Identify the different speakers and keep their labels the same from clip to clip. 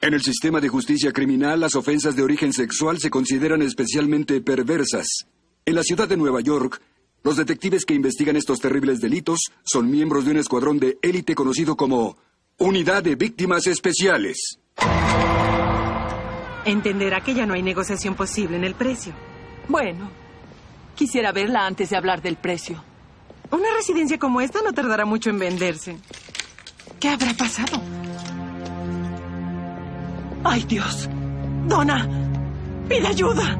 Speaker 1: En el sistema de justicia criminal, las ofensas de origen sexual se consideran especialmente perversas. En la ciudad de Nueva York, los detectives que investigan estos terribles delitos son miembros de un escuadrón de élite conocido como Unidad de Víctimas Especiales.
Speaker 2: Entenderá que ya no hay negociación posible en el precio.
Speaker 3: Bueno, quisiera verla antes de hablar del precio.
Speaker 2: Una residencia como esta no tardará mucho en venderse.
Speaker 3: ¿Qué habrá pasado? ¡Ay, Dios! ¡Dona! ¡Pide ayuda!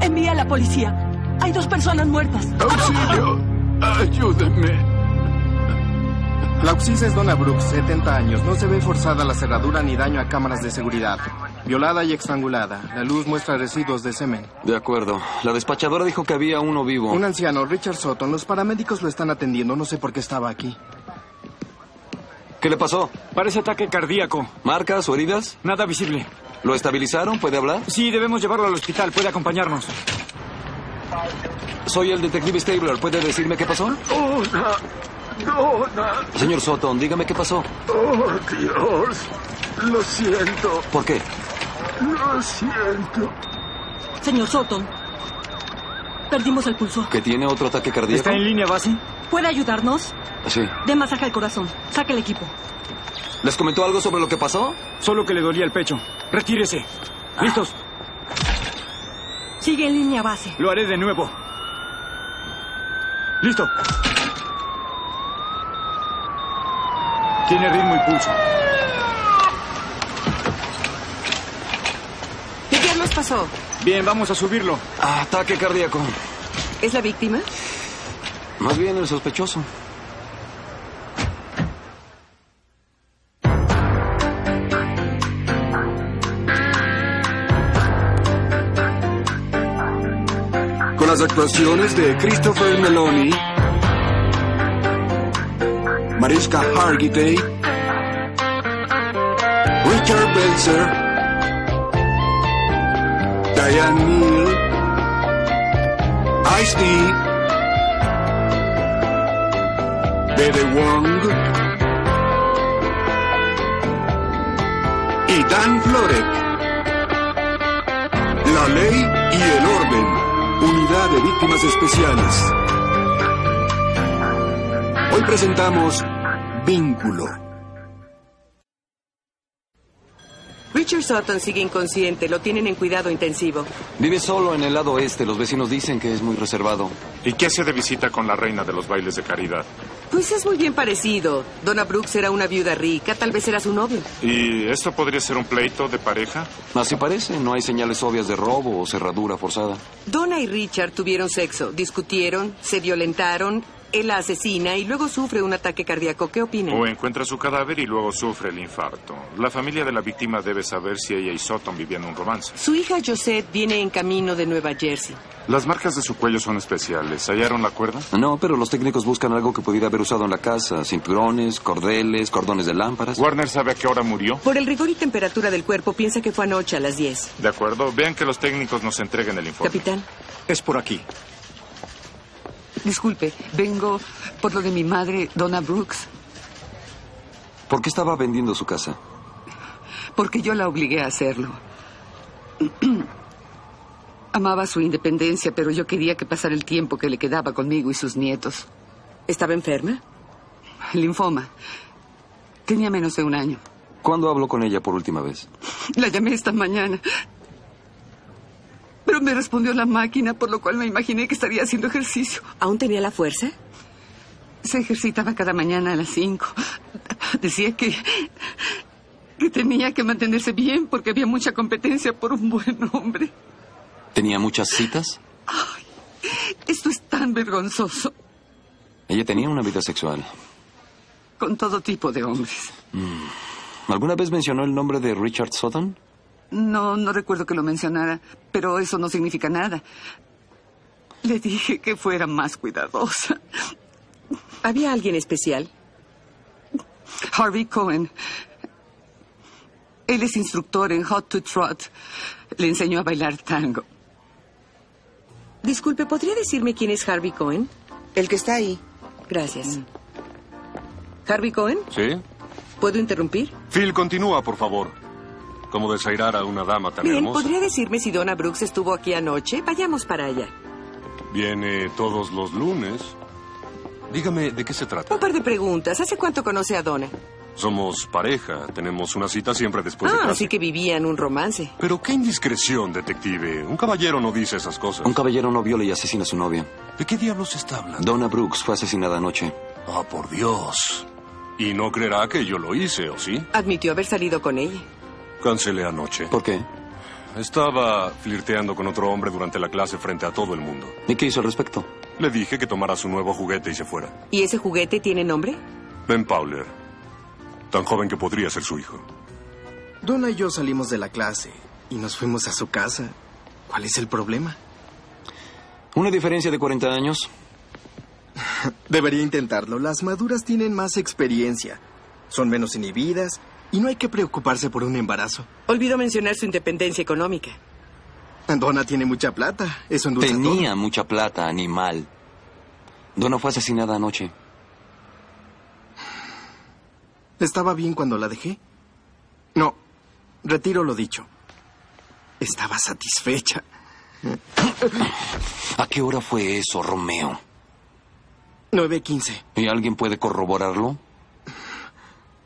Speaker 3: Envía a la policía. Hay dos personas muertas.
Speaker 4: ¡Auxilio! ¡Ayúdenme!
Speaker 5: La Uxis es Donna Brooks, 70 años. No se ve forzada la cerradura ni daño a cámaras de seguridad. Violada y estrangulada. La luz muestra residuos de semen.
Speaker 6: De acuerdo. La despachadora dijo que había uno vivo.
Speaker 5: Un anciano, Richard Sutton. Los paramédicos lo están atendiendo. No sé por qué estaba aquí.
Speaker 6: ¿Qué le pasó?
Speaker 7: Parece ataque cardíaco.
Speaker 6: ¿Marcas o heridas?
Speaker 7: Nada visible.
Speaker 6: ¿Lo estabilizaron? ¿Puede hablar?
Speaker 7: Sí, debemos llevarlo al hospital. Puede acompañarnos.
Speaker 6: Soy el detective Stabler. ¿Puede decirme qué pasó?
Speaker 4: ¡Oh, no! ¡No,
Speaker 6: Señor Sutton, dígame qué pasó.
Speaker 4: ¡Oh, Dios! Lo siento.
Speaker 6: ¿Por qué?
Speaker 4: Lo siento.
Speaker 3: Señor Sutton, perdimos el pulso.
Speaker 6: ¿Que tiene otro ataque cardíaco?
Speaker 7: ¿Está en línea base?
Speaker 3: ¿Puede ayudarnos?
Speaker 6: Sí.
Speaker 3: De masaje al corazón. Saque el equipo.
Speaker 6: ¿Les comentó algo sobre lo que pasó?
Speaker 7: Solo que le dolía el pecho. Retírese. ¿Listos?
Speaker 3: Sigue en línea base.
Speaker 7: Lo haré de nuevo. Listo. Tiene ritmo y pulso.
Speaker 8: ¿Y qué nos pasó?
Speaker 7: Bien, vamos a subirlo.
Speaker 6: Ataque cardíaco.
Speaker 8: ¿Es la víctima?
Speaker 6: Más bien el sospechoso.
Speaker 1: Con las actuaciones de Christopher Meloni, Mariska Hargitay, Richard Belzer, Diane Neal, Ice D, Bede Wong y Dan Florek. La ley y el orden. Unidad de Víctimas Especiales. Hoy presentamos Vínculo.
Speaker 8: Richard Sutton sigue inconsciente. Lo tienen en cuidado intensivo.
Speaker 6: Vive solo en el lado este. Los vecinos dicen que es muy reservado.
Speaker 9: ¿Y qué hace de visita con la reina de los bailes de caridad?
Speaker 8: Pues es muy bien parecido. Donna Brooks era una viuda rica. Tal vez era su novio.
Speaker 9: ¿Y esto podría ser un pleito de pareja?
Speaker 6: Así parece, no hay señales obvias de robo o cerradura forzada.
Speaker 8: Donna y Richard tuvieron sexo, discutieron, se violentaron. Él la asesina y luego sufre un ataque cardíaco. ¿Qué opinan?
Speaker 9: O encuentra su cadáver y luego sufre el infarto. La familia de la víctima debe saber si ella y Sutton vivían un romance.
Speaker 8: Su hija Josette viene en camino de Nueva Jersey.
Speaker 9: Las marcas de su cuello son especiales. ¿Hallaron la cuerda?
Speaker 6: No, pero los técnicos buscan algo que pudiera haber usado en la casa. Cinturones, cordeles, cordones de lámparas.
Speaker 9: ¿Warner sabe a qué hora murió?
Speaker 8: Por el rigor y temperatura del cuerpo, piensa que fue anoche a las 10.
Speaker 9: De acuerdo, vean que los técnicos nos entreguen el informe.
Speaker 8: Capitán,
Speaker 7: Es por aquí.
Speaker 10: Disculpe, vengo por lo de mi madre, Donna Brooks,
Speaker 6: ¿Por qué estaba vendiendo su casa?
Speaker 10: porque yo la obligué a hacerlo. Amaba su independencia, pero yo quería que pasara el tiempo que le quedaba conmigo y sus nietos.
Speaker 8: ¿estaba enferma?
Speaker 10: Linfoma. Tenía menos de un año.
Speaker 6: ¿Cuándo habló con ella por última vez?
Speaker 10: La llamé esta mañana. Pero me respondió la máquina, por lo cual me imaginé que estaría haciendo ejercicio.
Speaker 8: ¿Aún tenía la fuerza?
Speaker 10: Se ejercitaba cada mañana a las 5. Decía que, que tenía que mantenerse bien porque había mucha competencia por un buen hombre.
Speaker 6: ¿Tenía muchas citas?
Speaker 10: Esto es tan vergonzoso
Speaker 6: Ella tenía una vida sexual.
Speaker 10: con todo tipo de hombres.
Speaker 6: Mm. ¿Alguna vez mencionó el nombre de Richard Sutton?
Speaker 10: No, no recuerdo que lo mencionara, pero eso no significa nada. Le dije que fuera más cuidadosa.
Speaker 8: ¿Había alguien especial?
Speaker 10: Harvey Cohen. Él es instructor en Hot to Trot. Le enseñó a bailar tango.
Speaker 8: Disculpe, ¿podría decirme quién es Harvey Cohen?
Speaker 11: El que está ahí.
Speaker 8: Gracias. ¿Harvey Cohen?
Speaker 6: Sí.
Speaker 8: ¿Puedo interrumpir?
Speaker 11: Phil, continúa, por favor. Como desairar a una dama tan
Speaker 8: Bien,
Speaker 11: hermosa.
Speaker 8: ¿podría decirme si Donna Brooks estuvo aquí anoche? Vayamos para allá.
Speaker 11: Viene todos los lunes. Dígame, ¿de qué se trata?
Speaker 8: Un par de preguntas. ¿Hace cuánto conoce a Donna?
Speaker 11: Somos pareja, tenemos una cita siempre
Speaker 9: Pues,
Speaker 11: después de
Speaker 8: ah,
Speaker 11: clase.
Speaker 8: así que vivían un romance.
Speaker 11: Pero qué indiscreción, detective. Un caballero no dice esas cosas.
Speaker 6: Un caballero no viola y asesina a su novia.
Speaker 11: ¿De qué diablos está hablando?
Speaker 6: Donna Brooks fue asesinada anoche.
Speaker 11: Ah, por Dios. Y no creerá que yo lo hice, ¿o sí?
Speaker 8: Admitió haber salido con ella.
Speaker 11: Cancelé anoche.
Speaker 6: ¿Por qué?
Speaker 11: Estaba flirteando con otro hombre durante la clase frente a todo el mundo.
Speaker 6: ¿Y qué hizo al respecto?
Speaker 11: Le dije que tomara su nuevo juguete y se fuera.
Speaker 8: ¿Y ese juguete tiene nombre?
Speaker 11: Ben Powler. Tan joven que podría ser su hijo.
Speaker 5: Donna y yo salimos de la clase y nos fuimos a su casa. ¿Cuál es el problema?
Speaker 6: ¿Una diferencia de 40 años?
Speaker 5: Debería intentarlo. Las maduras tienen más experiencia, son menos inhibidas y no hay que preocuparse por un embarazo.
Speaker 8: Olvidó mencionar su independencia económica.
Speaker 5: Donna tiene mucha plata. Eso endulza
Speaker 6: Tenía mucha plata, animal. Donna fue asesinada anoche.
Speaker 5: todo. Estaba bien cuando la dejé. No, retiro lo dicho. Estaba satisfecha.
Speaker 6: ¿A qué hora fue eso, Romeo?
Speaker 5: 9.15.
Speaker 6: ¿Y alguien puede corroborarlo?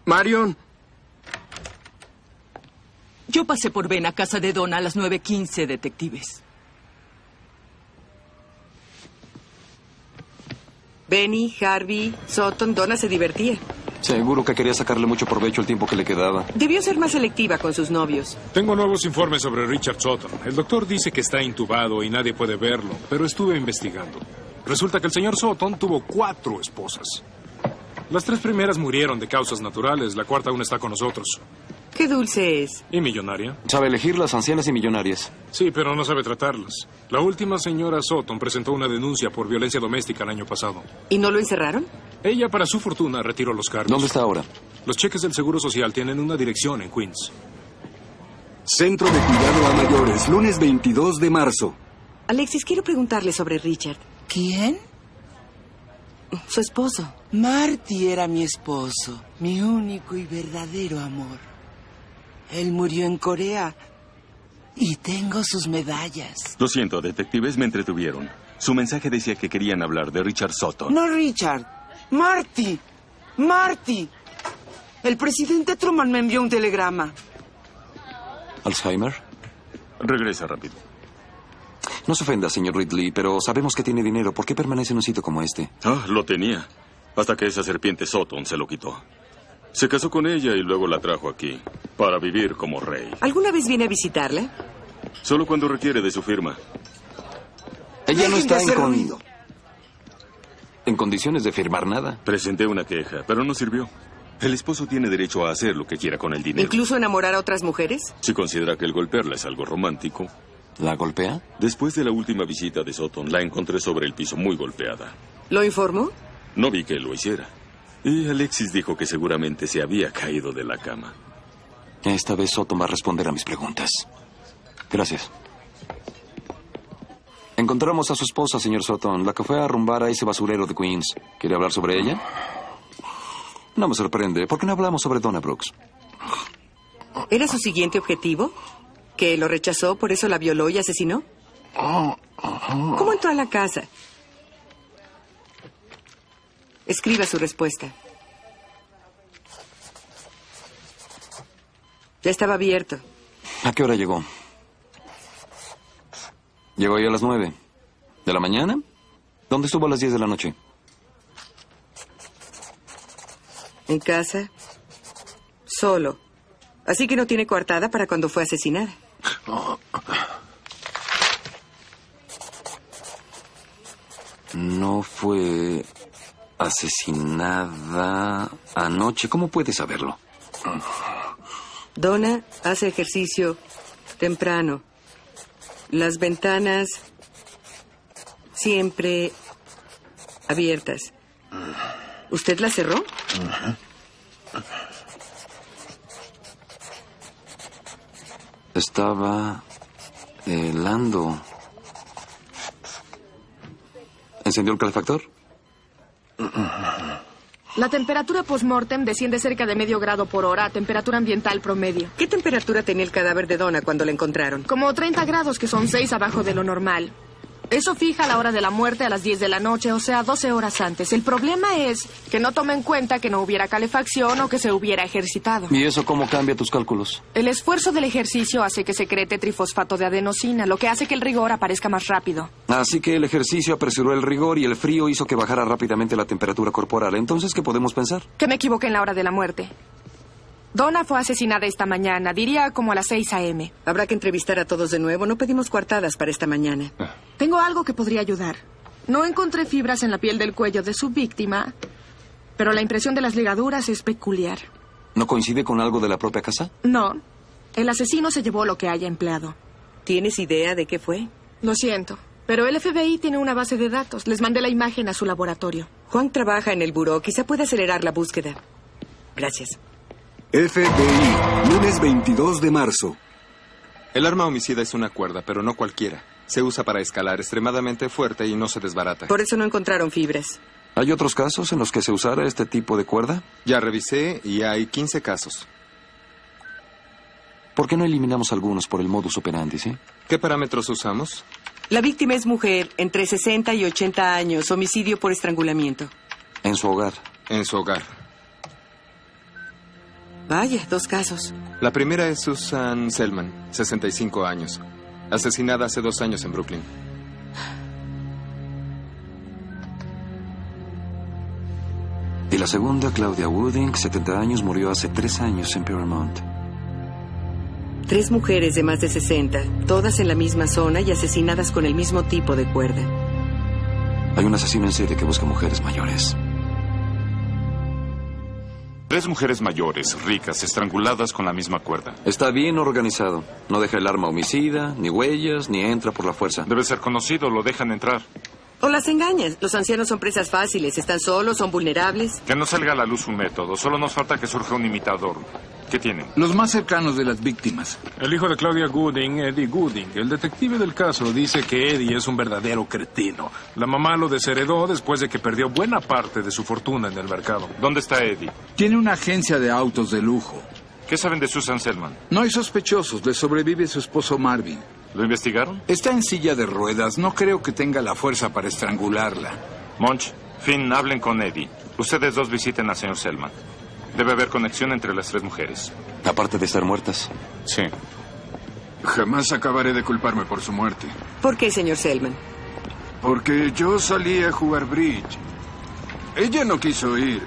Speaker 5: Marion.
Speaker 3: Yo pasé por Ben a casa de Donna a las 9.15, detectives.
Speaker 8: Benny, Harvey, Sutton, Donna se divertía.
Speaker 6: Seguro que quería sacarle mucho provecho el tiempo que le quedaba.
Speaker 8: Debió ser más selectiva con sus novios.
Speaker 12: Tengo nuevos informes sobre Richard Sutton. El doctor dice que está intubado y nadie puede verlo, pero estuve investigando. Resulta que el señor Sutton tuvo cuatro esposas. Las tres primeras murieron de causas naturales, la cuarta aún está con nosotros.
Speaker 8: Qué dulce es.
Speaker 12: ¿Y millonaria?
Speaker 6: Sabe elegir las ancianas y millonarias.
Speaker 12: Sí, pero no sabe tratarlas. La última señora Sutton presentó una denuncia por violencia doméstica el año pasado.
Speaker 8: ¿Y no lo encerraron?
Speaker 12: Ella, para su fortuna, retiró los cargos.
Speaker 6: ¿Dónde está ahora?
Speaker 12: Los cheques del Seguro Social tienen una dirección en Queens.
Speaker 1: Centro de Cuidado a Mayores, lunes 22 de marzo.
Speaker 8: Alexis, quiero preguntarle sobre Richard.
Speaker 13: ¿Quién?
Speaker 8: Su esposo.
Speaker 13: Marty era mi esposo, mi único y verdadero amor. Él murió en Corea y tengo sus medallas.
Speaker 14: Lo siento, detectives, me entretuvieron. Su mensaje decía que querían hablar de Richard Sutton.
Speaker 13: No, Richard. Marty. Marty. El presidente Truman me envió un telegrama.
Speaker 6: ¿Alzheimer?
Speaker 14: Regresa rápido.
Speaker 6: No se ofenda, señor Ridley, pero sabemos que tiene dinero. ¿Por qué permanece en un sitio como este?
Speaker 14: Ah, lo tenía. Hasta que esa serpiente Sutton se lo quitó. Se casó con ella y luego la trajo aquí, para vivir como rey.
Speaker 8: ¿Alguna vez viene a visitarla?
Speaker 14: Solo cuando requiere de su firma.
Speaker 6: Ella
Speaker 14: Dejen
Speaker 6: no
Speaker 14: de
Speaker 6: está en,
Speaker 14: hacer
Speaker 6: con-
Speaker 14: ruido.
Speaker 6: en condiciones de firmar nada.
Speaker 14: Presenté una queja, pero no sirvió. El esposo tiene derecho a hacer lo que quiera con el dinero.
Speaker 8: ¿Incluso enamorar a otras mujeres?
Speaker 14: Si considera que el golpearla es algo romántico.
Speaker 6: ¿La golpea?
Speaker 14: Después de la última visita de Sutton, la encontré sobre el piso muy golpeada.
Speaker 8: ¿Lo informó?
Speaker 14: No vi que lo hiciera. Y Alexis dijo que seguramente se había caído de la cama.
Speaker 6: Esta vez Sotton va a responder a mis preguntas. Gracias. Encontramos a su esposa, señor Sutton, la que fue a arrumbar a ese basurero de Queens. ¿Quiere hablar sobre ella? No me sorprende. ¿Por qué no hablamos sobre Donna Brooks?
Speaker 8: ¿Era su siguiente objetivo? ¿Que lo rechazó, por eso la violó y asesinó? ¿Cómo entró a la casa? Escriba su respuesta. Ya estaba abierto.
Speaker 6: ¿A qué hora llegó? Llegó ya a las nueve. ¿De la mañana? ¿Dónde estuvo a las diez de la noche?
Speaker 8: En casa. Solo. Así que no tiene coartada para cuando fue asesinada.
Speaker 6: No fue asesinada anoche. ¿Cómo puede saberlo?
Speaker 8: Donna hace ejercicio temprano. Las ventanas siempre abiertas. ¿Usted la cerró?
Speaker 6: Estaba eh, helando. ¿Encendió el calefactor?
Speaker 15: La temperatura post-mortem desciende cerca de medio grado por hora a temperatura ambiental promedio.
Speaker 8: ¿Qué temperatura tenía el cadáver de Donna cuando la encontraron?
Speaker 15: Como 30 grados, que son 6 abajo de lo normal. Eso fija la hora de la muerte a las 10 de la noche, o sea, 12 horas antes. El problema es que no toma en cuenta que no hubiera calefacción o que se hubiera ejercitado.
Speaker 6: ¿Y eso cómo cambia tus cálculos?
Speaker 15: El esfuerzo del ejercicio hace que secrete trifosfato de adenosina, lo que hace que el rigor aparezca más rápido.
Speaker 6: Así que el ejercicio apresuró el rigor y el frío hizo que bajara rápidamente la temperatura corporal. Entonces, ¿qué podemos pensar?
Speaker 15: Que me equivoqué en la hora de la muerte. Donna fue asesinada esta mañana, diría como a las 6 a.m.
Speaker 8: Habrá que entrevistar a todos de nuevo. No pedimos coartadas para esta mañana.
Speaker 15: Tengo algo que podría ayudar. No encontré fibras en la piel del cuello de su víctima, pero la impresión de las ligaduras es peculiar.
Speaker 6: ¿No coincide con algo de la propia casa?
Speaker 15: No, el asesino se llevó lo que haya empleado.
Speaker 8: ¿Tienes idea de qué fue?
Speaker 15: Lo siento, pero el FBI tiene una base de datos. Les mandé la imagen a su laboratorio.
Speaker 8: Juan trabaja en el buró. Quizá pueda acelerar la búsqueda. Gracias.
Speaker 1: FBI, lunes 22 de marzo.
Speaker 16: El arma homicida es una cuerda, pero no cualquiera. Se usa para escalar extremadamente fuerte y no se desbarata.
Speaker 8: Por eso no encontraron fibras.
Speaker 6: ¿Hay otros casos en los que se usara este tipo de cuerda?
Speaker 16: Ya revisé y hay 15 casos.
Speaker 6: ¿Por qué no eliminamos algunos por el modus operandi, sí?
Speaker 16: ¿Qué parámetros usamos?
Speaker 8: La víctima es mujer, entre 60 y 80 años, homicidio por estrangulamiento.
Speaker 6: En su hogar.
Speaker 16: En su hogar.
Speaker 8: Vaya, dos casos.
Speaker 16: La primera es Susan Selman, 65 años, asesinada hace dos años en Brooklyn.
Speaker 6: Y la segunda, Claudia Wooding, 70 años, murió hace tres años en Paramount.
Speaker 8: Tres mujeres de más de 60, todas en la misma zona y asesinadas con el mismo tipo de cuerda.
Speaker 6: Hay un asesino en serie que busca mujeres mayores.
Speaker 9: Tres mujeres mayores, ricas, estranguladas con la misma cuerda.
Speaker 6: Está bien organizado. No deja el arma homicida, ni huellas, ni entra por la fuerza.
Speaker 9: Debe ser conocido, lo dejan entrar.
Speaker 8: O las engañas. Los ancianos son presas fáciles, están solos, son vulnerables.
Speaker 9: Que no salga a la luz un método, solo nos falta que surja un imitador. ¿Qué tiene?
Speaker 17: Los más cercanos de las víctimas.
Speaker 12: El hijo de Claudia Gooding, Eddie Gooding, el detective del caso, dice que Eddie es un verdadero cretino. La mamá lo desheredó después de que perdió buena parte de su fortuna en el mercado.
Speaker 9: ¿Dónde está Eddie?
Speaker 17: Tiene una agencia de autos de lujo.
Speaker 9: ¿Qué saben de Susan Selman?
Speaker 17: No hay sospechosos, le sobrevive su esposo Marvin.
Speaker 9: ¿Lo investigaron?
Speaker 17: Está en silla de ruedas, no creo que tenga la fuerza para estrangularla.
Speaker 9: Monch, Finn, hablen con Eddie. Ustedes dos visiten al señor Selman. Debe haber conexión entre las tres mujeres.
Speaker 6: Aparte de estar muertas.
Speaker 9: Sí.
Speaker 4: Jamás acabaré de culparme por su muerte.
Speaker 8: ¿Por qué, señor Selman?
Speaker 4: Porque yo salí a jugar bridge. Ella no quiso ir.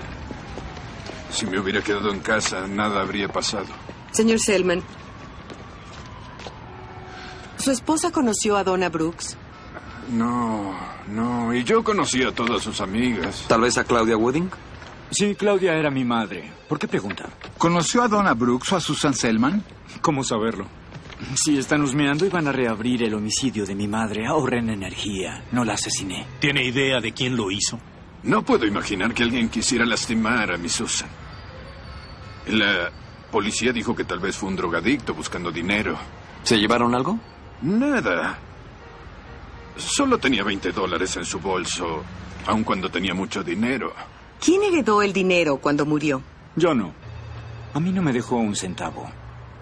Speaker 4: Si me hubiera quedado en casa, nada habría pasado.
Speaker 8: Señor Selman, ¿su esposa conoció a Donna Brooks?
Speaker 4: No, no. Y yo conocí a todas sus amigas.
Speaker 6: Tal vez a Claudia Wooding.
Speaker 7: Sí, Claudia era mi madre. ¿Por qué pregunta?
Speaker 17: ¿Conoció a Donna Brooks o a Susan Selman?
Speaker 7: ¿Cómo saberlo? Si están husmeando y van a reabrir el homicidio de mi madre, ahorren energía. No la asesiné.
Speaker 12: ¿Tiene idea de quién lo hizo?
Speaker 4: No puedo imaginar que alguien quisiera lastimar a mi Susan. La policía dijo que tal vez fue un drogadicto buscando dinero.
Speaker 6: ¿Se llevaron algo?
Speaker 4: Nada. Solo tenía 20 dólares en su bolso, aun cuando tenía mucho dinero.
Speaker 8: ¿Quién heredó el dinero cuando murió?
Speaker 7: Yo no. A mí no me dejó un centavo.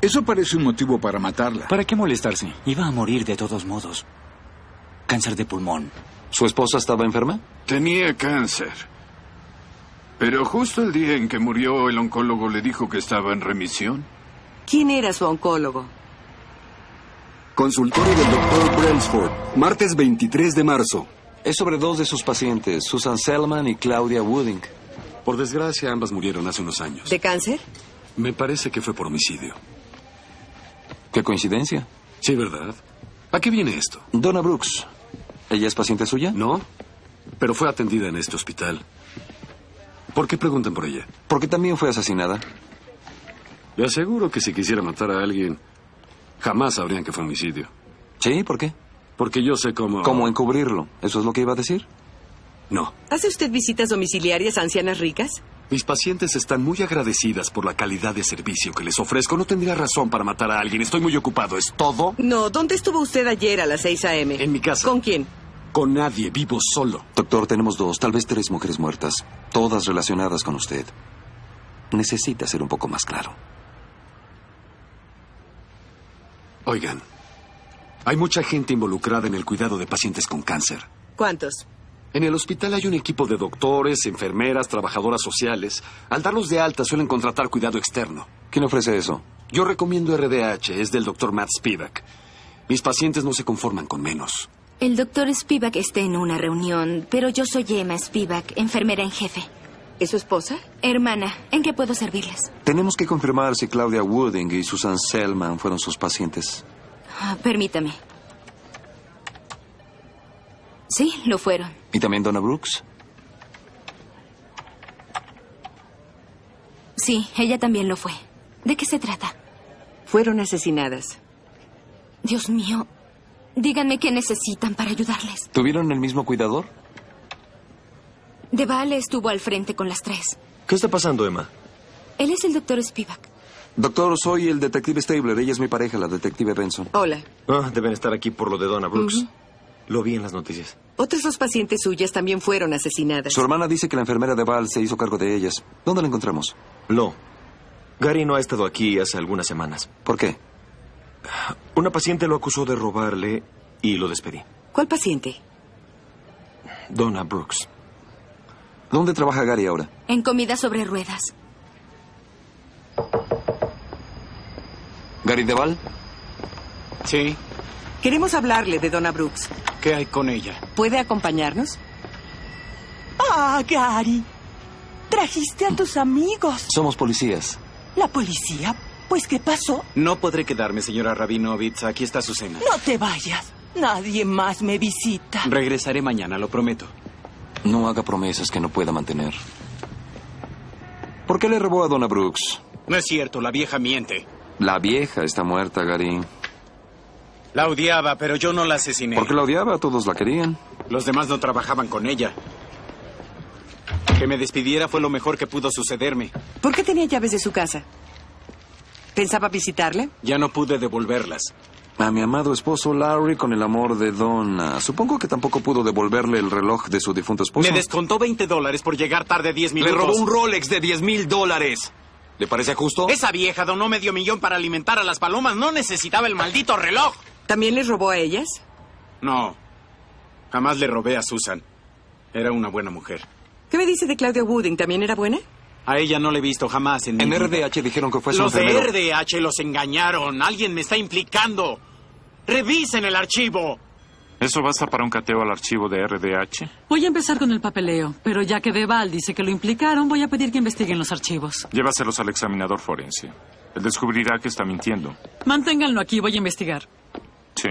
Speaker 17: Eso parece un motivo para matarla.
Speaker 7: ¿Para qué molestarse? Iba a morir de todos modos. Cáncer de pulmón.
Speaker 6: ¿Su esposa estaba enferma?
Speaker 4: Tenía cáncer. Pero justo el día en que murió, el oncólogo le dijo que estaba en remisión.
Speaker 8: ¿Quién era su oncólogo?
Speaker 1: Consultorio del doctor Brailsford, martes 23 de marzo.
Speaker 6: Es sobre dos de sus pacientes, Susan Selman y Claudia Wooding.
Speaker 18: Por desgracia, ambas murieron hace unos años.
Speaker 8: ¿De cáncer?
Speaker 18: Me parece que fue por homicidio.
Speaker 6: Qué coincidencia.
Speaker 18: Sí, ¿verdad? ¿A qué viene esto?
Speaker 6: Donna Brooks. ¿Ella es paciente suya?
Speaker 18: No, pero fue atendida en este hospital. ¿Por qué preguntan por ella?
Speaker 6: Porque también fue asesinada.
Speaker 18: Le aseguro que si quisiera matar a alguien, jamás sabrían que fue homicidio.
Speaker 6: ¿Sí? ¿Por qué?
Speaker 18: Porque yo sé cómo...
Speaker 6: ¿Cómo encubrirlo? ¿Eso es lo que iba a decir?
Speaker 18: No.
Speaker 8: ¿Hace usted visitas domiciliarias a ancianas ricas?
Speaker 18: Mis pacientes están muy agradecidas por la calidad de servicio que les ofrezco. No tendría razón para matar a alguien. Estoy muy ocupado. ¿Es todo?
Speaker 8: No. ¿Dónde estuvo usted ayer a las 6 a.m.?
Speaker 18: En mi casa.
Speaker 8: ¿Con quién?
Speaker 18: con nadie, vivo solo.
Speaker 6: Doctor, tenemos dos, tal vez tres mujeres muertas, todas relacionadas con usted. Necesita ser un poco más claro.
Speaker 18: Oigan, hay mucha gente involucrada en el cuidado de pacientes con cáncer.
Speaker 8: ¿Cuántos?
Speaker 18: En el hospital hay un equipo de doctores, enfermeras, trabajadoras sociales. Al darlos de alta suelen contratar cuidado externo.
Speaker 6: ¿Quién ofrece eso?
Speaker 18: Yo recomiendo RDH, es del doctor Matt Spivak. Mis pacientes no se conforman con menos.
Speaker 19: El doctor Spivak está en una reunión, pero yo soy Emma Spivak, enfermera en jefe.
Speaker 8: ¿Es su esposa?
Speaker 19: Hermana, ¿en qué puedo servirles?
Speaker 6: Tenemos que confirmar si Claudia Wooding y Susan Selman fueron sus pacientes.
Speaker 19: Ah, Permítame. Sí, lo fueron.
Speaker 6: ¿Y también Donna Brooks?
Speaker 19: Sí, ella también lo fue. ¿De qué se trata?
Speaker 8: Fueron asesinadas.
Speaker 19: Dios mío, díganme qué necesitan para ayudarles.
Speaker 6: ¿Tuvieron el mismo cuidador?
Speaker 19: Deval estuvo al frente con las tres.
Speaker 6: ¿Qué está pasando, Emma?
Speaker 19: Él es el doctor Spivak.
Speaker 6: Doctor, soy el detective Stabler. Ella es mi pareja, la detective Benson.
Speaker 8: Hola.
Speaker 20: Ah, deben estar aquí por lo de Donna Brooks. Lo vi en las noticias.
Speaker 8: Otras dos pacientes suyas también fueron asesinadas.
Speaker 6: Su hermana dice que la enfermera de Val se hizo cargo de ellas. ¿Dónde la encontramos?
Speaker 20: No. Gary no ha estado aquí hace algunas semanas.
Speaker 6: ¿Por qué?
Speaker 20: Una paciente lo acusó de robarle y lo despedí.
Speaker 8: ¿Cuál paciente?
Speaker 20: Donna Brooks.
Speaker 6: ¿Dónde trabaja Gary ahora?
Speaker 19: En comida sobre ruedas.
Speaker 6: ¿Gary Deval?
Speaker 7: Sí.
Speaker 8: Queremos hablarle de Donna Brooks.
Speaker 7: ¿Qué hay con ella?
Speaker 8: ¿Puede acompañarnos?
Speaker 21: Ah, Gary. Trajiste a tus amigos.
Speaker 6: Somos policías.
Speaker 21: ¿La policía? Pues, ¿qué pasó?
Speaker 7: No podré quedarme, señora Rabinovitz. Aquí está su cena.
Speaker 21: No te vayas. Nadie más me visita.
Speaker 7: Regresaré mañana, lo prometo.
Speaker 6: No haga promesas que no pueda mantener. ¿Por qué le robó a Donna Brooks?
Speaker 22: No es cierto, la vieja miente.
Speaker 6: La vieja está muerta, Gary.
Speaker 22: La odiaba, pero yo no la asesiné.
Speaker 6: ¿Por qué la odiaba? Todos la querían.
Speaker 22: Los demás no trabajaban con ella. Que me despidiera fue lo mejor que pudo sucederme.
Speaker 8: ¿Por qué tenía llaves de su casa? ¿Pensaba visitarle?
Speaker 22: Ya no pude devolverlas.
Speaker 6: A mi amado esposo Larry con el amor de Donna. Supongo que tampoco pudo devolverle el reloj de su difunto esposo.
Speaker 22: Me descontó 20 dólares por llegar tarde 10 minutos.
Speaker 20: Pues Le robó un Rolex de 10 mil dólares. ¿Le parece justo?
Speaker 22: Esa vieja donó medio millón para alimentar a las palomas. No necesitaba el maldito reloj.
Speaker 8: ¿También les robó a ellas?
Speaker 22: No. Jamás le robé a Susan. Era una buena mujer.
Speaker 8: ¿Qué me dice de Claudia Wooding? ¿También era buena?
Speaker 22: A ella no la he visto jamás en mi
Speaker 6: En
Speaker 22: vida.
Speaker 6: RDH dijeron que fue su
Speaker 22: Los
Speaker 6: enfermero.
Speaker 22: de RDH los engañaron. Alguien me está implicando. Revisen el archivo.
Speaker 9: ¿Eso basta para un cateo al archivo de RDH?
Speaker 23: Voy a empezar con el papeleo, pero ya que Deval dice que lo implicaron, voy a pedir que investiguen los archivos.
Speaker 9: Llévaselos al examinador forense. Él descubrirá que está mintiendo.
Speaker 23: Manténganlo aquí, voy a investigar.
Speaker 9: Sí.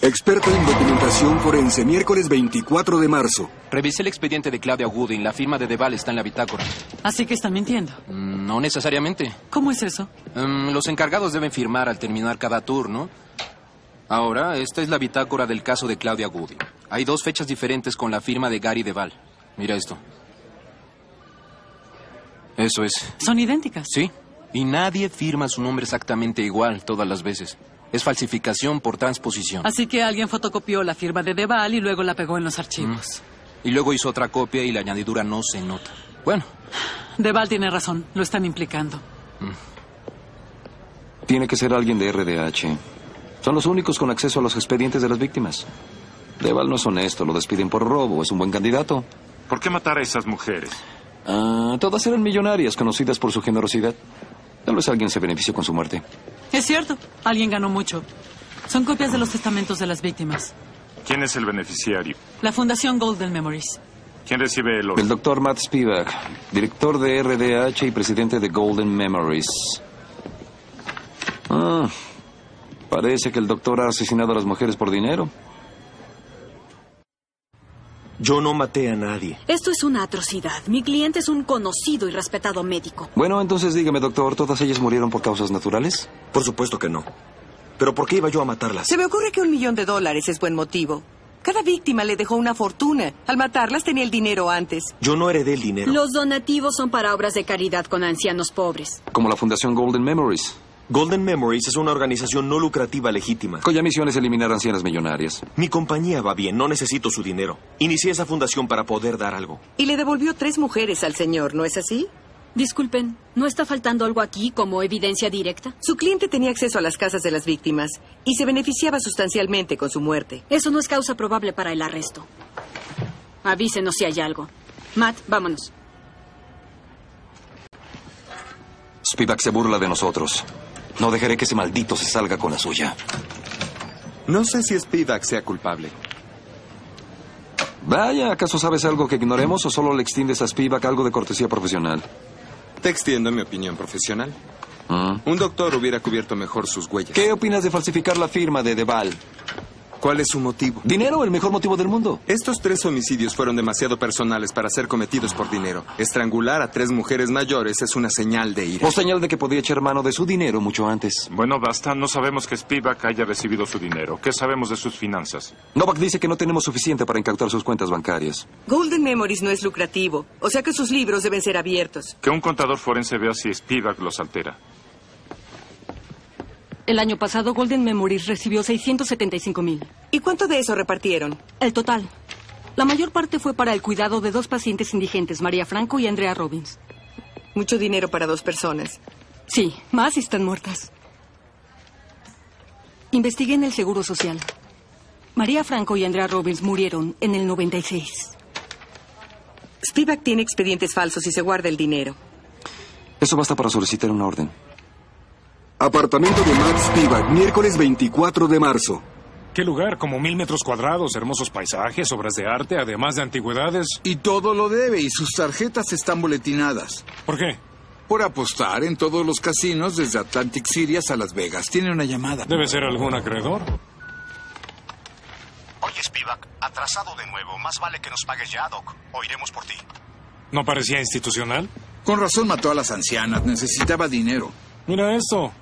Speaker 1: Experto en documentación forense, miércoles 24 de marzo.
Speaker 24: Revisé el expediente de Claudia Woodin. La firma de Deval está en la bitácora.
Speaker 23: Así que están mintiendo.
Speaker 24: Mm, No necesariamente.
Speaker 23: ¿Cómo es eso?
Speaker 24: Mm, los encargados deben firmar al terminar cada turno. Ahora, esta es la bitácora del caso de Claudia Woodin. Hay dos fechas diferentes con la firma de Gary Deval. Mira esto. Eso es.
Speaker 23: Son idénticas.
Speaker 24: Sí. Y nadie firma su nombre exactamente igual todas las veces. Es falsificación por transposición.
Speaker 23: Así que alguien fotocopió la firma de Deval y luego la pegó en los archivos.
Speaker 24: Y luego hizo otra copia y la añadidura no se nota. Bueno,
Speaker 23: Deval tiene razón, lo están implicando.
Speaker 6: Tiene que ser alguien de RDH. Son los únicos con acceso a los expedientes de las víctimas. Deval no es honesto, lo despiden por robo, es un buen candidato.
Speaker 9: ¿Por qué matar a esas mujeres?
Speaker 6: Ah, todas eran millonarias, conocidas por su generosidad. Tal vez alguien se benefició con su muerte.
Speaker 23: Es cierto, alguien ganó mucho. Son copias de los testamentos de las víctimas.
Speaker 9: ¿Quién es el beneficiario?
Speaker 23: La Fundación Golden Memories.
Speaker 9: ¿Quién recibe el oro?
Speaker 6: El doctor Matt Spivak, director de RDH y presidente de Golden Memories. Ah, parece que el doctor ha asesinado a las mujeres por dinero.
Speaker 20: Yo no maté a nadie.
Speaker 25: Esto es una atrocidad. Mi cliente es un conocido y respetado médico.
Speaker 6: Bueno, entonces dígame, doctor, ¿todas ellas murieron por causas naturales?
Speaker 20: Por supuesto que no. ¿Pero por qué iba yo a matarlas?
Speaker 8: Se me ocurre que un millón de dólares es buen motivo. Cada víctima le dejó una fortuna. Al matarlas tenía el dinero antes.
Speaker 20: Yo no heredé el dinero.
Speaker 25: Los donativos son para obras de caridad con ancianos pobres.
Speaker 6: Como la Fundación Golden Memories.
Speaker 20: Golden Memories es una organización no lucrativa legítima.
Speaker 6: cuya misión es eliminar ancianas millonarias.
Speaker 20: Mi compañía va bien, no necesito su dinero. Inicié esa fundación para poder dar algo.
Speaker 8: Y le devolvió tres mujeres al señor, ¿no es así?
Speaker 25: Disculpen, ¿no está faltando algo aquí como evidencia directa?
Speaker 8: Su cliente tenía acceso a las casas de las víctimas y se beneficiaba sustancialmente con su muerte.
Speaker 25: Eso no es causa probable para el arresto. Avísenos si hay algo. Matt, vámonos.
Speaker 6: Spivak se burla de nosotros. No dejaré que ese maldito se salga con la suya.
Speaker 16: No sé si Spivak sea culpable.
Speaker 6: Vaya, ¿acaso sabes algo que ignoremos o solo le extiendes a Spivak algo de cortesía profesional?
Speaker 16: Te extiendo mi opinión profesional.
Speaker 6: Mm.
Speaker 16: Un doctor hubiera cubierto mejor sus huellas.
Speaker 6: ¿Qué opinas de falsificar la firma de Deval?
Speaker 16: ¿Cuál es su motivo?
Speaker 6: Dinero, el mejor motivo del mundo.
Speaker 16: Estos tres homicidios fueron demasiado personales para ser cometidos por dinero. Estrangular a tres mujeres mayores es una señal de ira.
Speaker 6: O señal de que podía echar mano de su dinero mucho antes.
Speaker 9: Bueno, basta. No sabemos que Spivak haya recibido su dinero. ¿Qué sabemos de sus finanzas?
Speaker 6: Novak dice que no tenemos suficiente para incautar sus cuentas bancarias.
Speaker 8: Golden Memories no es lucrativo, o sea que sus libros deben ser abiertos.
Speaker 9: Que un contador forense vea si Spivak los altera.
Speaker 2: El año pasado Golden Memories recibió 675 mil.
Speaker 8: ¿Y cuánto de eso repartieron?
Speaker 2: El total. La mayor parte fue para el cuidado de dos pacientes indigentes, María Franco y Andrea Robbins.
Speaker 8: Mucho dinero para dos personas.
Speaker 2: Sí, más si están muertas. Investigué en el Seguro Social. María Franco y Andrea Robbins murieron en el 96.
Speaker 8: Spivak tiene expedientes falsos y se guarda el dinero.
Speaker 6: Eso basta para solicitar una orden.
Speaker 1: Apartamento de Max Spivak, miércoles 24 de marzo.
Speaker 12: ¿Qué lugar? Como mil metros cuadrados, hermosos paisajes, obras de arte, además de antigüedades.
Speaker 17: Y todo lo debe y sus tarjetas están boletinadas.
Speaker 12: ¿Por qué?
Speaker 17: Por apostar en todos los casinos desde Atlantic City hasta Las Vegas. Tiene una llamada.
Speaker 12: Debe ser algún acreedor.
Speaker 3: Oye, Spivak, atrasado de nuevo. Más vale que nos pagues ya, Doc, o iremos por ti.
Speaker 12: ¿No parecía institucional?
Speaker 17: Con razón mató a las ancianas. Necesitaba dinero.
Speaker 12: Mira esto.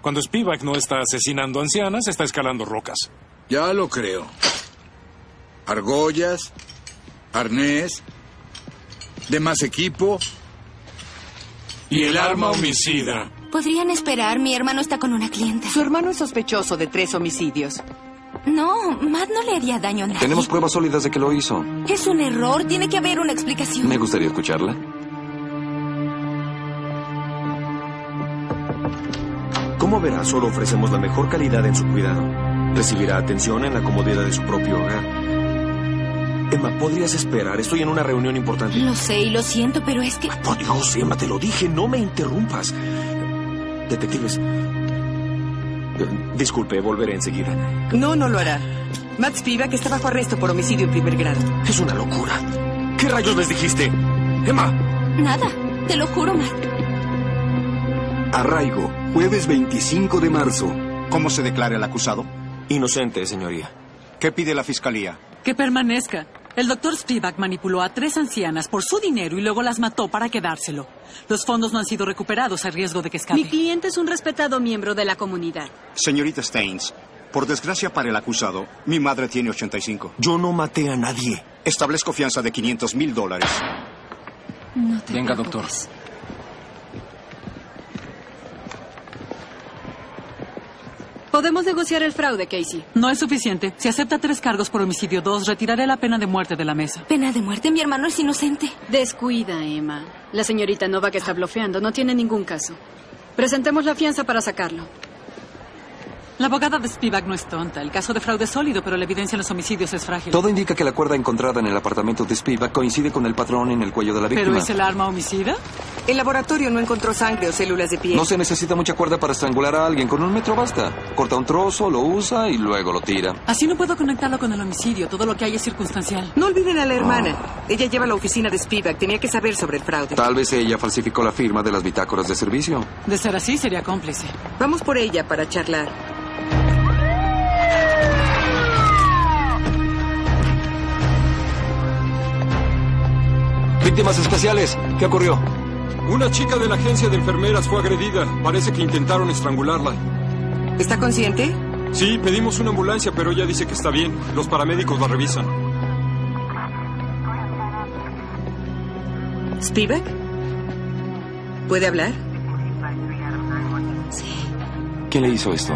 Speaker 12: Cuando Spivak no está asesinando ancianas, está escalando rocas.
Speaker 17: Ya lo creo. Argollas, arnés, demás equipo.
Speaker 12: Y el arma homicida.
Speaker 19: Podrían esperar, mi hermano está con una clienta.
Speaker 8: Su hermano es sospechoso de tres homicidios.
Speaker 19: No, Matt no le haría daño a nadie.
Speaker 6: Tenemos pruebas sólidas de que lo hizo.
Speaker 19: Es un error, tiene que haber una explicación.
Speaker 6: Me gustaría escucharla.
Speaker 20: Como verá, solo ofrecemos la mejor calidad en su cuidado. Recibirá atención en la comodidad de su propio hogar. Emma, podrías esperar. Estoy en una reunión importante.
Speaker 19: Lo sé y lo siento, pero es que...
Speaker 20: Por Dios, Emma, te lo dije. No me interrumpas. Detectives. eh, Disculpe, volveré enseguida.
Speaker 8: No, no lo hará. Max Spivak está bajo arresto por homicidio en primer grado.
Speaker 20: Es una locura. ¿Qué rayos les dijiste? Emma.
Speaker 19: Nada, te lo juro, Matt.
Speaker 1: Arraigo, jueves 25 de marzo.
Speaker 3: ¿Cómo se declara el acusado?
Speaker 20: Inocente, señoría.
Speaker 3: ¿Qué pide la fiscalía?
Speaker 23: Que permanezca. El doctor Spivak manipuló a tres ancianas por su dinero y luego las mató para quedárselo. Los fondos no han sido recuperados a riesgo de que escape.
Speaker 25: Mi cliente es un respetado miembro de la comunidad.
Speaker 3: Señorita Staines, por desgracia para el acusado, mi madre tiene 85.
Speaker 20: Yo no maté a nadie.
Speaker 3: Establezco fianza de 500 mil dólares.
Speaker 24: Venga, doctor.
Speaker 25: Podemos negociar el fraude, Casey.
Speaker 23: No es suficiente. Si acepta tres cargos por homicidio dos, retiraré la pena de muerte de la mesa.
Speaker 19: Pena de muerte, mi hermano es inocente.
Speaker 25: Descuida, Emma. La señorita Nova que está bloqueando no tiene ningún caso. Presentemos la fianza para sacarlo.
Speaker 23: La abogada de Spivak no es tonta. El caso de fraude es sólido, pero la evidencia en los homicidios es frágil.
Speaker 6: Todo indica que la cuerda encontrada en el apartamento de Spivak coincide con el patrón en el cuello de la
Speaker 23: ¿Pero
Speaker 6: víctima.
Speaker 23: es el arma homicida?
Speaker 8: El laboratorio no encontró sangre o células de piel.
Speaker 6: No se necesita mucha cuerda para estrangular a alguien. Con un metro basta. Corta un trozo, lo usa y luego lo tira.
Speaker 23: Así no puedo conectarlo con el homicidio. Todo lo que hay es circunstancial.
Speaker 8: No olviden a la hermana. Ella lleva la oficina de Spivak. Tenía que saber sobre el fraude.
Speaker 6: Tal vez ella falsificó la firma de las bitácoras de servicio.
Speaker 23: De ser así, sería cómplice.
Speaker 8: Vamos por ella para charlar.
Speaker 5: Víctimas especiales, ¿qué ocurrió? Una chica de la agencia de enfermeras fue agredida. Parece que intentaron estrangularla.
Speaker 8: ¿Está consciente?
Speaker 5: Sí, pedimos una ambulancia, pero ella dice que está bien. Los paramédicos la revisan.
Speaker 8: ¿Spivak? ¿Puede hablar?
Speaker 6: ¿Quién le hizo esto?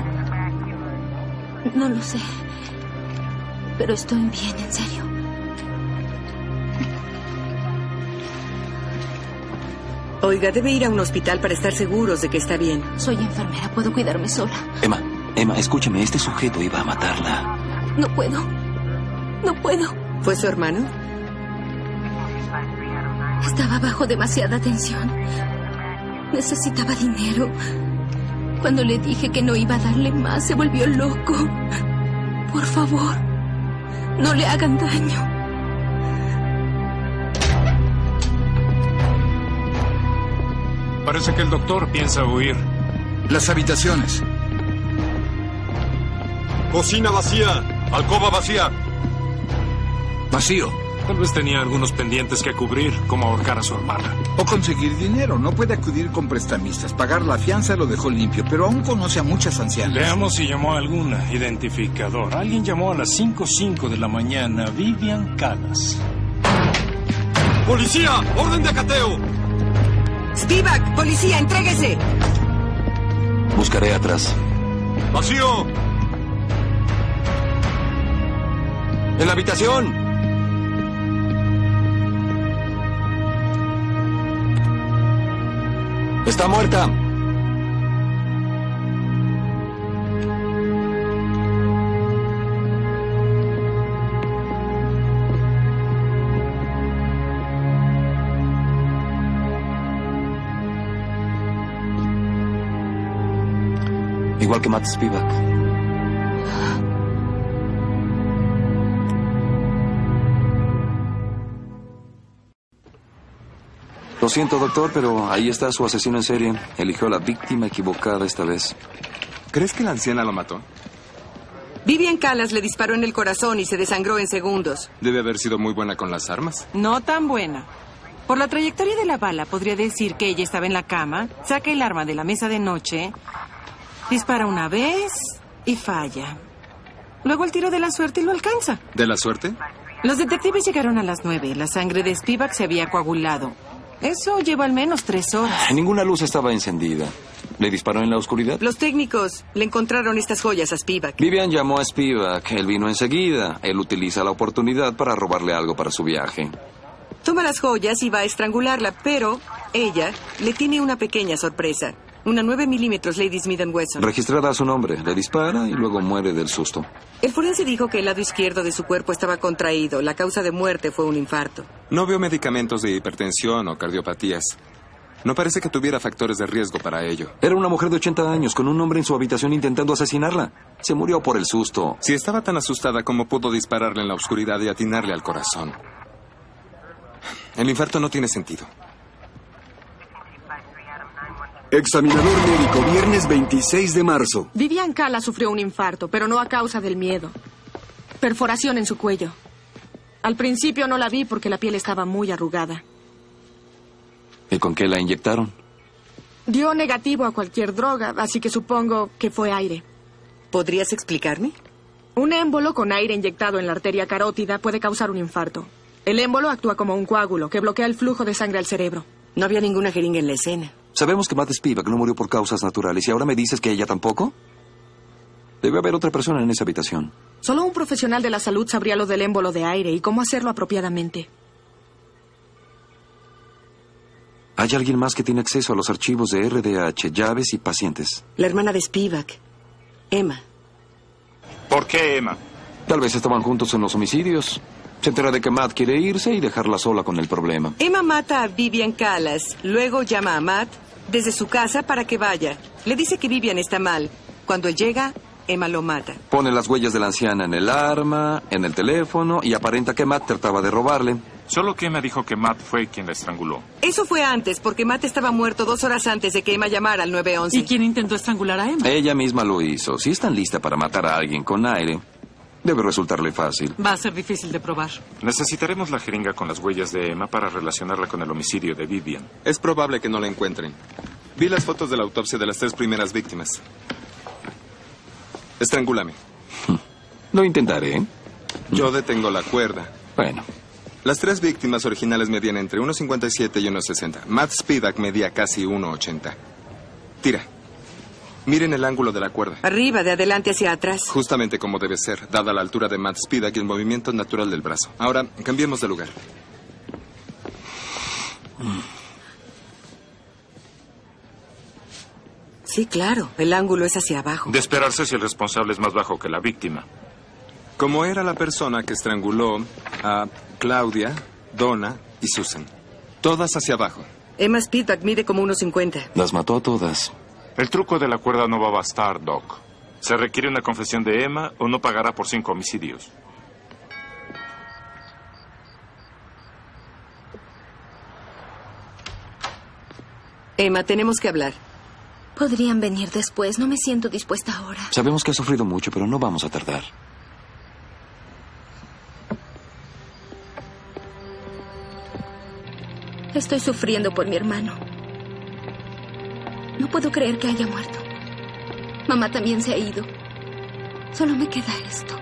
Speaker 19: No lo sé. Pero estoy bien, en serio.
Speaker 8: Oiga, debe ir a un hospital para estar seguros de que está bien.
Speaker 19: Soy enfermera, puedo cuidarme sola.
Speaker 6: Emma, Emma, escúchame, este sujeto iba a matarla.
Speaker 19: No puedo. No puedo.
Speaker 8: ¿Fue su hermano?
Speaker 19: Estaba bajo demasiada tensión. Necesitaba dinero. Cuando le dije que no iba a darle más, se volvió loco. Por favor, no le hagan daño.
Speaker 12: Parece que el doctor piensa huir.
Speaker 17: Las habitaciones.
Speaker 5: Cocina vacía. Alcoba vacía.
Speaker 17: Vacío.
Speaker 12: Tal vez tenía algunos pendientes que cubrir, como ahorcar a su hermana.
Speaker 17: O conseguir dinero. No puede acudir con prestamistas. Pagar la fianza lo dejó limpio, pero aún conoce a muchas ancianas.
Speaker 12: Veamos si llamó a alguna identificador. Alguien llamó a las 5.05 de la mañana. Vivian Calas.
Speaker 5: ¡Policía! ¡Orden de cateo!
Speaker 8: Spivak, policía, entréguese.
Speaker 6: Buscaré atrás.
Speaker 5: ¡Vacío!
Speaker 20: ¡En la habitación! ¡Está muerta!
Speaker 6: Igual que Matt Spivak. Lo siento, doctor, pero ahí está su asesino en serie. Eligió a la víctima equivocada esta vez.
Speaker 16: ¿Crees que la anciana lo mató?
Speaker 8: Vivian Calas le disparó en el corazón y se desangró en segundos.
Speaker 16: Debe haber sido muy buena con las armas.
Speaker 10: No tan buena. Por la trayectoria de la bala, podría decir que ella estaba en la cama, saca el arma de la mesa de noche, dispara una vez y falla. Luego el tiro de la suerte lo alcanza.
Speaker 16: ¿De la suerte?
Speaker 10: Los detectives llegaron a las nueve. La sangre de Spivak se había coagulado. Eso lleva al menos tres horas.
Speaker 6: Ninguna luz estaba encendida. ¿Le disparó en la oscuridad?
Speaker 8: Los técnicos le encontraron estas joyas a Spivak.
Speaker 6: Vivian llamó a Spivak. Él vino enseguida. Él utiliza la oportunidad para robarle algo para su viaje.
Speaker 8: Toma las joyas y va a estrangularla, pero ella le tiene una pequeña sorpresa. Una 9 milímetros Lady Smith Wesson.
Speaker 6: Registrada a su nombre, le dispara y luego muere del susto.
Speaker 8: El forense dijo que el lado izquierdo de su cuerpo estaba contraído. La causa de muerte fue un infarto.
Speaker 16: No veo medicamentos de hipertensión o cardiopatías. No parece que tuviera factores de riesgo para ello.
Speaker 6: Era una mujer de 80 años con un hombre en su habitación intentando asesinarla. Se murió por el susto.
Speaker 16: Si estaba tan asustada como pudo dispararle en la oscuridad y atinarle al corazón. El infarto no tiene sentido.
Speaker 1: Examinador médico, viernes 26 de marzo.
Speaker 11: Vivian Cala sufrió un infarto, pero no a causa del miedo. Perforación en su cuello. Al principio no la vi porque la piel estaba muy arrugada.
Speaker 6: ¿Y con qué la inyectaron?
Speaker 11: Dio negativo a cualquier droga, así que supongo que fue aire.
Speaker 8: ¿Podrías explicarme?
Speaker 11: Un émbolo con aire inyectado en la arteria carótida puede causar un infarto. El émbolo actúa como un coágulo que bloquea el flujo de sangre al cerebro.
Speaker 8: No había ninguna jeringa en la escena.
Speaker 6: Sabemos que Matt Spivak no murió por causas naturales y ahora me dices que ella tampoco. Debe haber otra persona en esa habitación.
Speaker 11: Solo un profesional de la salud sabría lo del émbolo de aire y cómo hacerlo apropiadamente.
Speaker 6: Hay alguien más que tiene acceso a los archivos de RDH, llaves y pacientes.
Speaker 8: La hermana de Spivak, Emma.
Speaker 9: ¿Por qué Emma?
Speaker 6: Tal vez estaban juntos en los homicidios. Se entera de que Matt quiere irse y dejarla sola con el problema.
Speaker 8: Emma mata a Vivian Calas, luego llama a Matt desde su casa para que vaya. Le dice que Vivian está mal. Cuando llega, Emma lo mata.
Speaker 6: Pone las huellas de la anciana en el arma, en el teléfono y aparenta que Matt trataba de robarle.
Speaker 9: Solo que Emma dijo que Matt fue quien la estranguló.
Speaker 8: Eso fue antes, porque Matt estaba muerto dos horas antes de que Emma llamara al 911.
Speaker 23: ¿Y quién intentó estrangular a Emma?
Speaker 6: Ella misma lo hizo. Si es tan lista para matar a alguien con aire, debe resultarle fácil.
Speaker 23: Va a ser difícil de probar.
Speaker 9: Necesitaremos la jeringa con las huellas de Emma para relacionarla con el homicidio de Vivian.
Speaker 16: Es probable que no la encuentren. Vi las fotos de la autopsia de las tres primeras víctimas. Estrangúlame.
Speaker 6: Lo intentaré. ¿eh?
Speaker 16: Yo detengo la cuerda.
Speaker 6: Bueno.
Speaker 16: Las tres víctimas originales medían entre 1,57 y 1,60. Matt Spivak medía casi 1,80. Tira. Miren el ángulo de la cuerda.
Speaker 8: Arriba, de adelante hacia atrás.
Speaker 16: Justamente como debe ser, dada la altura de Matt Spidak y el movimiento natural del brazo. Ahora, cambiemos de lugar.
Speaker 8: Sí, claro. El ángulo es hacia abajo.
Speaker 9: De esperarse si el responsable es más bajo que la víctima.
Speaker 16: Como era la persona que estranguló a Claudia, Donna y Susan. Todas hacia abajo.
Speaker 8: Emma Speedback mide como unos 50.
Speaker 6: Las mató a todas.
Speaker 9: El truco de la cuerda no va a bastar, Doc. Se requiere una confesión de Emma o no pagará por cinco homicidios.
Speaker 8: Emma, tenemos que hablar.
Speaker 19: Podrían venir después, no me siento dispuesta ahora.
Speaker 6: Sabemos que ha sufrido mucho, pero no vamos a tardar.
Speaker 19: Estoy sufriendo por mi hermano. No puedo creer que haya muerto. Mamá también se ha ido. Solo me queda esto.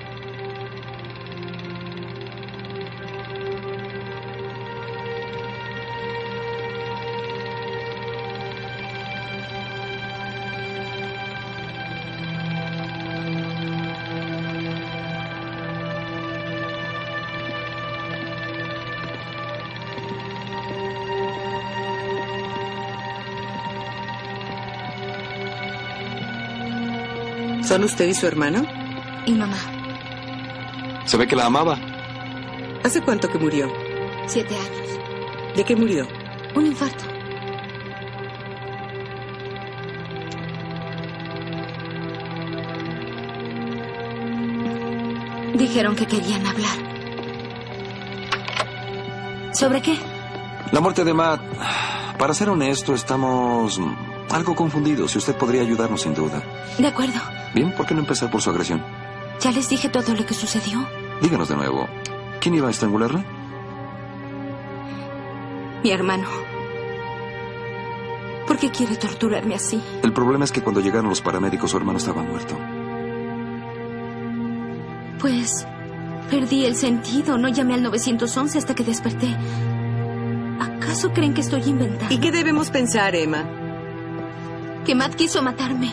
Speaker 8: ¿Son usted y su hermano?
Speaker 19: Y mamá,
Speaker 6: Se ve que la amaba.
Speaker 8: ¿Hace cuánto que murió?
Speaker 19: siete años.
Speaker 8: ¿De qué murió?
Speaker 19: Un infarto. Dijeron que querían hablar. ¿Sobre qué?
Speaker 6: La muerte de Matt. Para ser honesto, estamos mm, algo confundidos y usted podría ayudarnos sin duda.
Speaker 19: De acuerdo.
Speaker 6: Bien, ¿por qué no empezar por su agresión?
Speaker 19: Ya les dije todo lo que sucedió.
Speaker 6: Díganos de nuevo. ¿Quién iba a estrangularla?
Speaker 19: Mi hermano. ¿Por qué quiere torturarme así?
Speaker 6: El problema es que cuando llegaron los paramédicos, su hermano estaba muerto.
Speaker 19: Pues perdí el sentido. No llamé al 911 hasta que desperté. ¿Acaso creen que estoy inventando?
Speaker 8: ¿Y qué debemos pensar, Emma?
Speaker 19: Que Matt quiso matarme.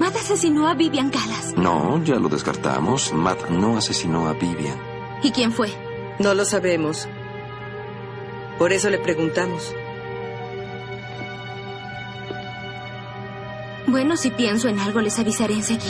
Speaker 19: Matt asesinó a Vivian Galas.
Speaker 6: No, ya lo descartamos. Matt no asesinó a Vivian.
Speaker 19: ¿Y quién fue?
Speaker 8: No lo sabemos. Por eso le preguntamos.
Speaker 19: Bueno, si pienso en algo, les avisaré enseguida.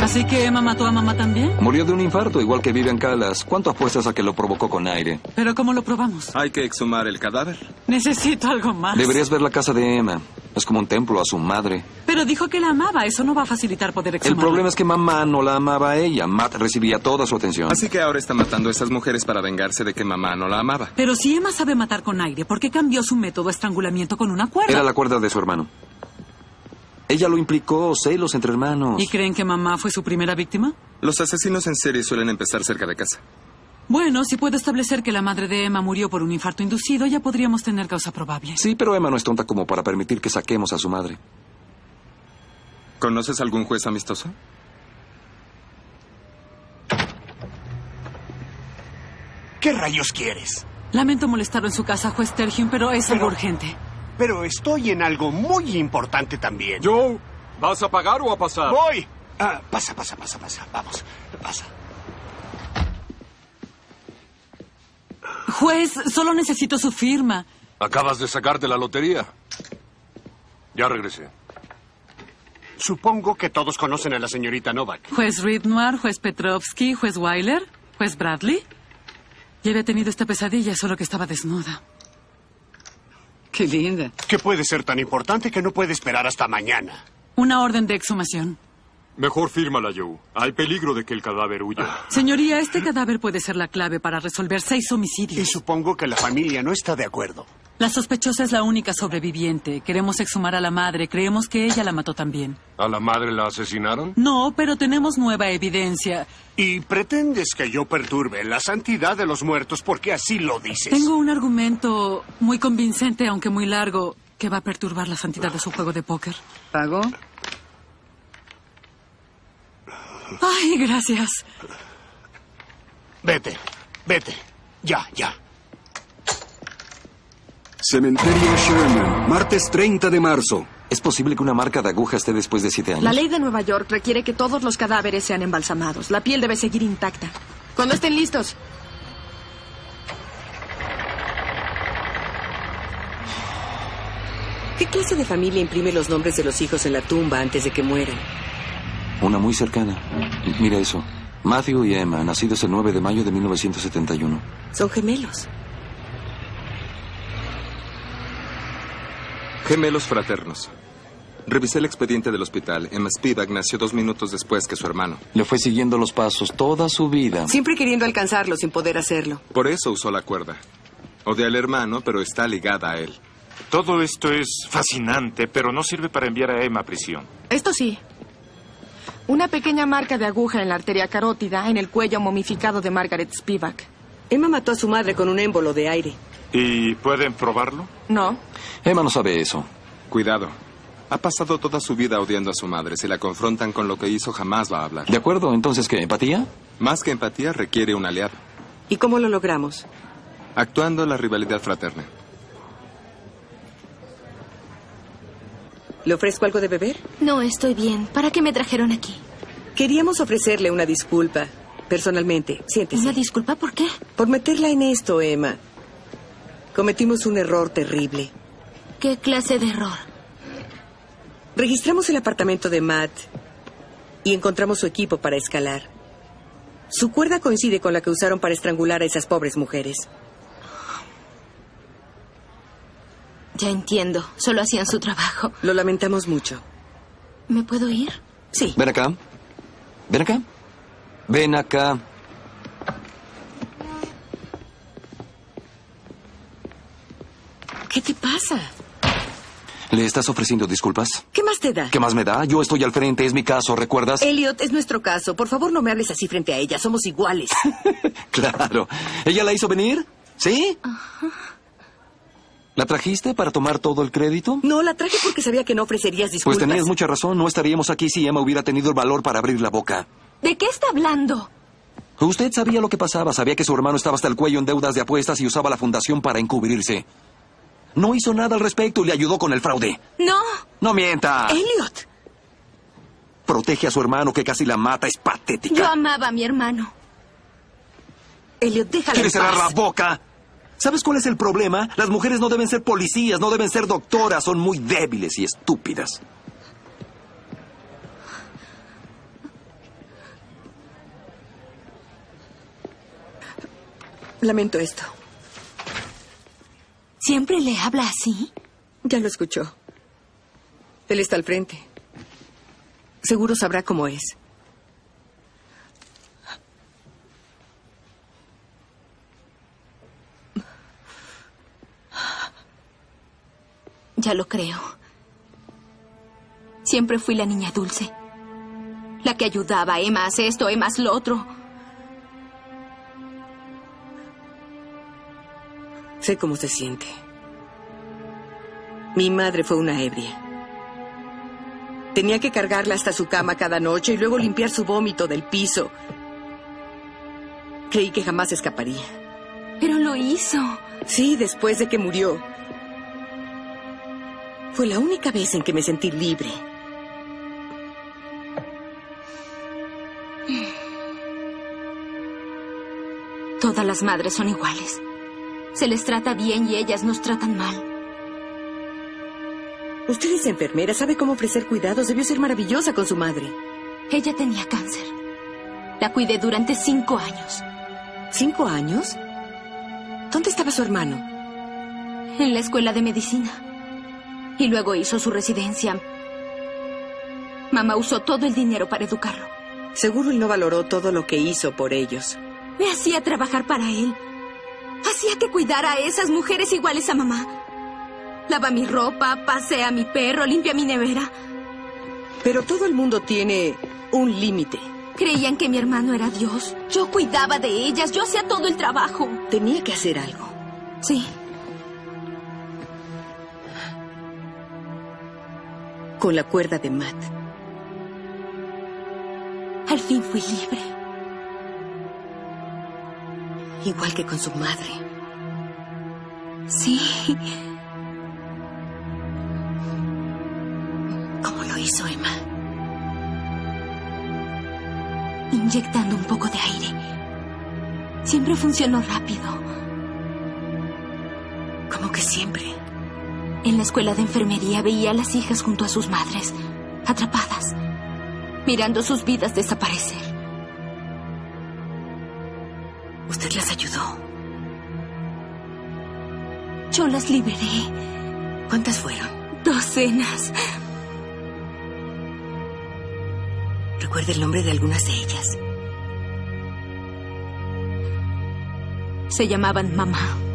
Speaker 23: ¿Así que Emma mató a mamá también?
Speaker 6: Murió de un infarto, igual que Vivian Calas. ¿Cuánto apuestas a que lo provocó con aire?
Speaker 23: ¿Pero cómo lo probamos?
Speaker 16: Hay que exhumar el cadáver.
Speaker 23: Necesito algo más.
Speaker 6: Deberías ver la casa de Emma. Es como un templo a su madre.
Speaker 23: Pero dijo que la amaba. Eso no va a facilitar poder
Speaker 6: El
Speaker 23: exhumarla.
Speaker 6: problema es que mamá no la amaba a ella. Matt recibía toda su atención.
Speaker 16: Así que ahora está matando a esas mujeres para vengarse de que mamá no la amaba.
Speaker 23: Pero si Emma sabe matar con aire, ¿por qué cambió su método a estrangulamiento con una cuerda?
Speaker 6: Era la cuerda de su hermano. Ella lo implicó, celos entre hermanos.
Speaker 23: ¿Y creen que mamá fue su primera víctima?
Speaker 16: Los asesinos en serie suelen empezar cerca de casa.
Speaker 23: Bueno, si puedo establecer que la madre de Emma murió por un infarto inducido, ya podríamos tener causa probable.
Speaker 6: Sí, pero Emma no es tonta como para permitir que saquemos a su madre.
Speaker 16: ¿Conoces algún juez amistoso?
Speaker 4: ¿Qué rayos quieres?
Speaker 23: Lamento molestarlo en su casa, juez Tergium, pero es algo
Speaker 4: Pero-
Speaker 23: urgente.
Speaker 4: Pero estoy en algo muy importante también.
Speaker 5: Joe, ¿vas a pagar o a pasar?
Speaker 4: Voy. Ah, pasa, pasa, pasa, pasa. Vamos, pasa.
Speaker 23: Juez, solo necesito su firma.
Speaker 13: Acabas de sacarte la lotería. Ya regresé.
Speaker 4: Supongo que todos conocen a la señorita Novak.
Speaker 23: Juez Ridnoir, juez Petrovsky, juez Weiler, juez Bradley. Ya había tenido esta pesadilla, solo que estaba desnuda. Qué linda.
Speaker 4: ¿Qué puede ser tan importante que no puede esperar hasta mañana?
Speaker 23: Una orden de exhumación.
Speaker 13: Mejor fírmala, Joe. Hay peligro de que el cadáver huya.
Speaker 23: Señoría, este cadáver puede ser la clave para resolver seis homicidios.
Speaker 4: Y supongo que la familia no está de acuerdo.
Speaker 23: La sospechosa es la única sobreviviente. Queremos exhumar a la madre. Creemos que ella la mató también.
Speaker 13: ¿A la madre la asesinaron?
Speaker 23: No, pero tenemos nueva evidencia.
Speaker 4: ¿Y pretendes que yo perturbe la santidad de los muertos porque así lo dices?
Speaker 23: Tengo un argumento muy convincente, aunque muy largo, que va a perturbar la santidad de su juego de póker. ¿Pago? Ay, gracias.
Speaker 4: Vete, vete. Ya, ya.
Speaker 1: Cementerio Sherman, martes 30 de marzo.
Speaker 6: ¿Es posible que una marca de aguja esté después de siete años?
Speaker 11: La ley de Nueva York requiere que todos los cadáveres sean embalsamados. La piel debe seguir intacta. Cuando estén listos.
Speaker 8: ¿Qué clase de familia imprime los nombres de los hijos en la tumba antes de que mueran?
Speaker 6: Una muy cercana. Mira eso. Matthew y Emma, nacidos el 9 de mayo de 1971.
Speaker 8: Son gemelos.
Speaker 16: Gemelos fraternos. Revisé el expediente del hospital. Emma Spivak nació dos minutos después que su hermano.
Speaker 6: Le fue siguiendo los pasos toda su vida.
Speaker 8: Siempre queriendo alcanzarlo sin poder hacerlo.
Speaker 16: Por eso usó la cuerda. Odia al hermano, pero está ligada a él.
Speaker 9: Todo esto es fascinante, pero no sirve para enviar a Emma a prisión.
Speaker 11: Esto sí. Una pequeña marca de aguja en la arteria carótida en el cuello momificado de Margaret Spivak.
Speaker 8: Emma mató a su madre con un émbolo de aire.
Speaker 9: ¿Y pueden probarlo?
Speaker 11: No.
Speaker 6: Emma no sabe eso.
Speaker 16: Cuidado. Ha pasado toda su vida odiando a su madre. Si la confrontan con lo que hizo, jamás va a hablar.
Speaker 6: ¿De acuerdo? Entonces, ¿qué? ¿Empatía?
Speaker 16: Más que empatía, requiere un aliado.
Speaker 8: ¿Y cómo lo logramos?
Speaker 16: Actuando la rivalidad fraterna.
Speaker 8: ¿Le ofrezco algo de beber?
Speaker 19: No, estoy bien. ¿Para qué me trajeron aquí?
Speaker 8: Queríamos ofrecerle una disculpa. Personalmente, siéntese.
Speaker 19: ¿Una disculpa por qué?
Speaker 8: Por meterla en esto, Emma. Cometimos un error terrible.
Speaker 19: ¿Qué clase de error?
Speaker 8: Registramos el apartamento de Matt y encontramos su equipo para escalar. Su cuerda coincide con la que usaron para estrangular a esas pobres mujeres.
Speaker 19: Ya entiendo. Solo hacían su trabajo.
Speaker 8: Lo lamentamos mucho.
Speaker 19: ¿Me puedo ir?
Speaker 8: Sí.
Speaker 6: Ven acá. Ven acá. Ven acá.
Speaker 8: ¿Qué te pasa?
Speaker 6: ¿Le estás ofreciendo disculpas?
Speaker 8: ¿Qué más te da?
Speaker 6: ¿Qué más me da? Yo estoy al frente, es mi caso, ¿recuerdas?
Speaker 8: Elliot, es nuestro caso. Por favor, no me hables así frente a ella. Somos iguales.
Speaker 6: claro. ¿Ella la hizo venir? ¿Sí? Ajá. ¿La trajiste para tomar todo el crédito?
Speaker 8: No, la traje porque sabía que no ofrecerías disculpas.
Speaker 6: Pues tenías mucha razón. No estaríamos aquí si Emma hubiera tenido el valor para abrir la boca.
Speaker 19: ¿De qué está hablando?
Speaker 6: Usted sabía lo que pasaba. Sabía que su hermano estaba hasta el cuello en deudas de apuestas y usaba la fundación para encubrirse. No hizo nada al respecto y le ayudó con el fraude.
Speaker 19: No.
Speaker 6: No mienta.
Speaker 19: Elliot.
Speaker 6: Protege a su hermano que casi la mata. Es patética.
Speaker 19: Yo amaba a mi hermano. Elliot, déjala.
Speaker 6: ¿Quieres
Speaker 19: en paz.
Speaker 6: cerrar la boca? ¿Sabes cuál es el problema? Las mujeres no deben ser policías, no deben ser doctoras, son muy débiles y estúpidas.
Speaker 8: Lamento esto.
Speaker 19: ¿Siempre le habla así?
Speaker 8: Ya lo escuchó. Él está al frente. Seguro sabrá cómo es.
Speaker 19: Ya lo creo. Siempre fui la niña dulce. La que ayudaba a Emma hace esto, Emma haz lo otro.
Speaker 8: Sé cómo se siente. Mi madre fue una ebria. Tenía que cargarla hasta su cama cada noche y luego limpiar su vómito del piso. Creí que jamás escaparía.
Speaker 19: Pero lo hizo.
Speaker 8: Sí, después de que murió. Fue la única vez en que me sentí libre.
Speaker 19: Todas las madres son iguales. Se les trata bien y ellas nos tratan mal.
Speaker 8: Usted es enfermera, sabe cómo ofrecer cuidados. Debió ser maravillosa con su madre.
Speaker 19: Ella tenía cáncer. La cuidé durante cinco años.
Speaker 8: ¿Cinco años? ¿Dónde estaba su hermano?
Speaker 19: En la escuela de medicina y luego hizo su residencia. Mamá usó todo el dinero para educarlo.
Speaker 8: Seguro él no valoró todo lo que hizo por ellos.
Speaker 19: Me hacía trabajar para él. Hacía que cuidara a esas mujeres iguales a mamá. Lava mi ropa, pasea a mi perro, limpia mi nevera.
Speaker 8: Pero todo el mundo tiene un límite.
Speaker 19: Creían que mi hermano era Dios. Yo cuidaba de ellas, yo hacía todo el trabajo.
Speaker 8: Tenía que hacer algo.
Speaker 19: Sí.
Speaker 8: con la cuerda de Matt.
Speaker 19: Al fin fui libre.
Speaker 8: Igual que con su madre.
Speaker 19: Sí. hizo Emma. Inyectando un poco de aire. Siempre funcionó rápido.
Speaker 8: Como que siempre.
Speaker 19: En la escuela de enfermería veía a las hijas junto a sus madres, atrapadas, mirando sus vidas desaparecer.
Speaker 8: Usted las ayudó.
Speaker 19: Yo las liberé.
Speaker 8: ¿Cuántas fueron?
Speaker 19: Docenas.
Speaker 8: Recuerda el nombre de algunas de ellas.
Speaker 19: Se llamaban mamá.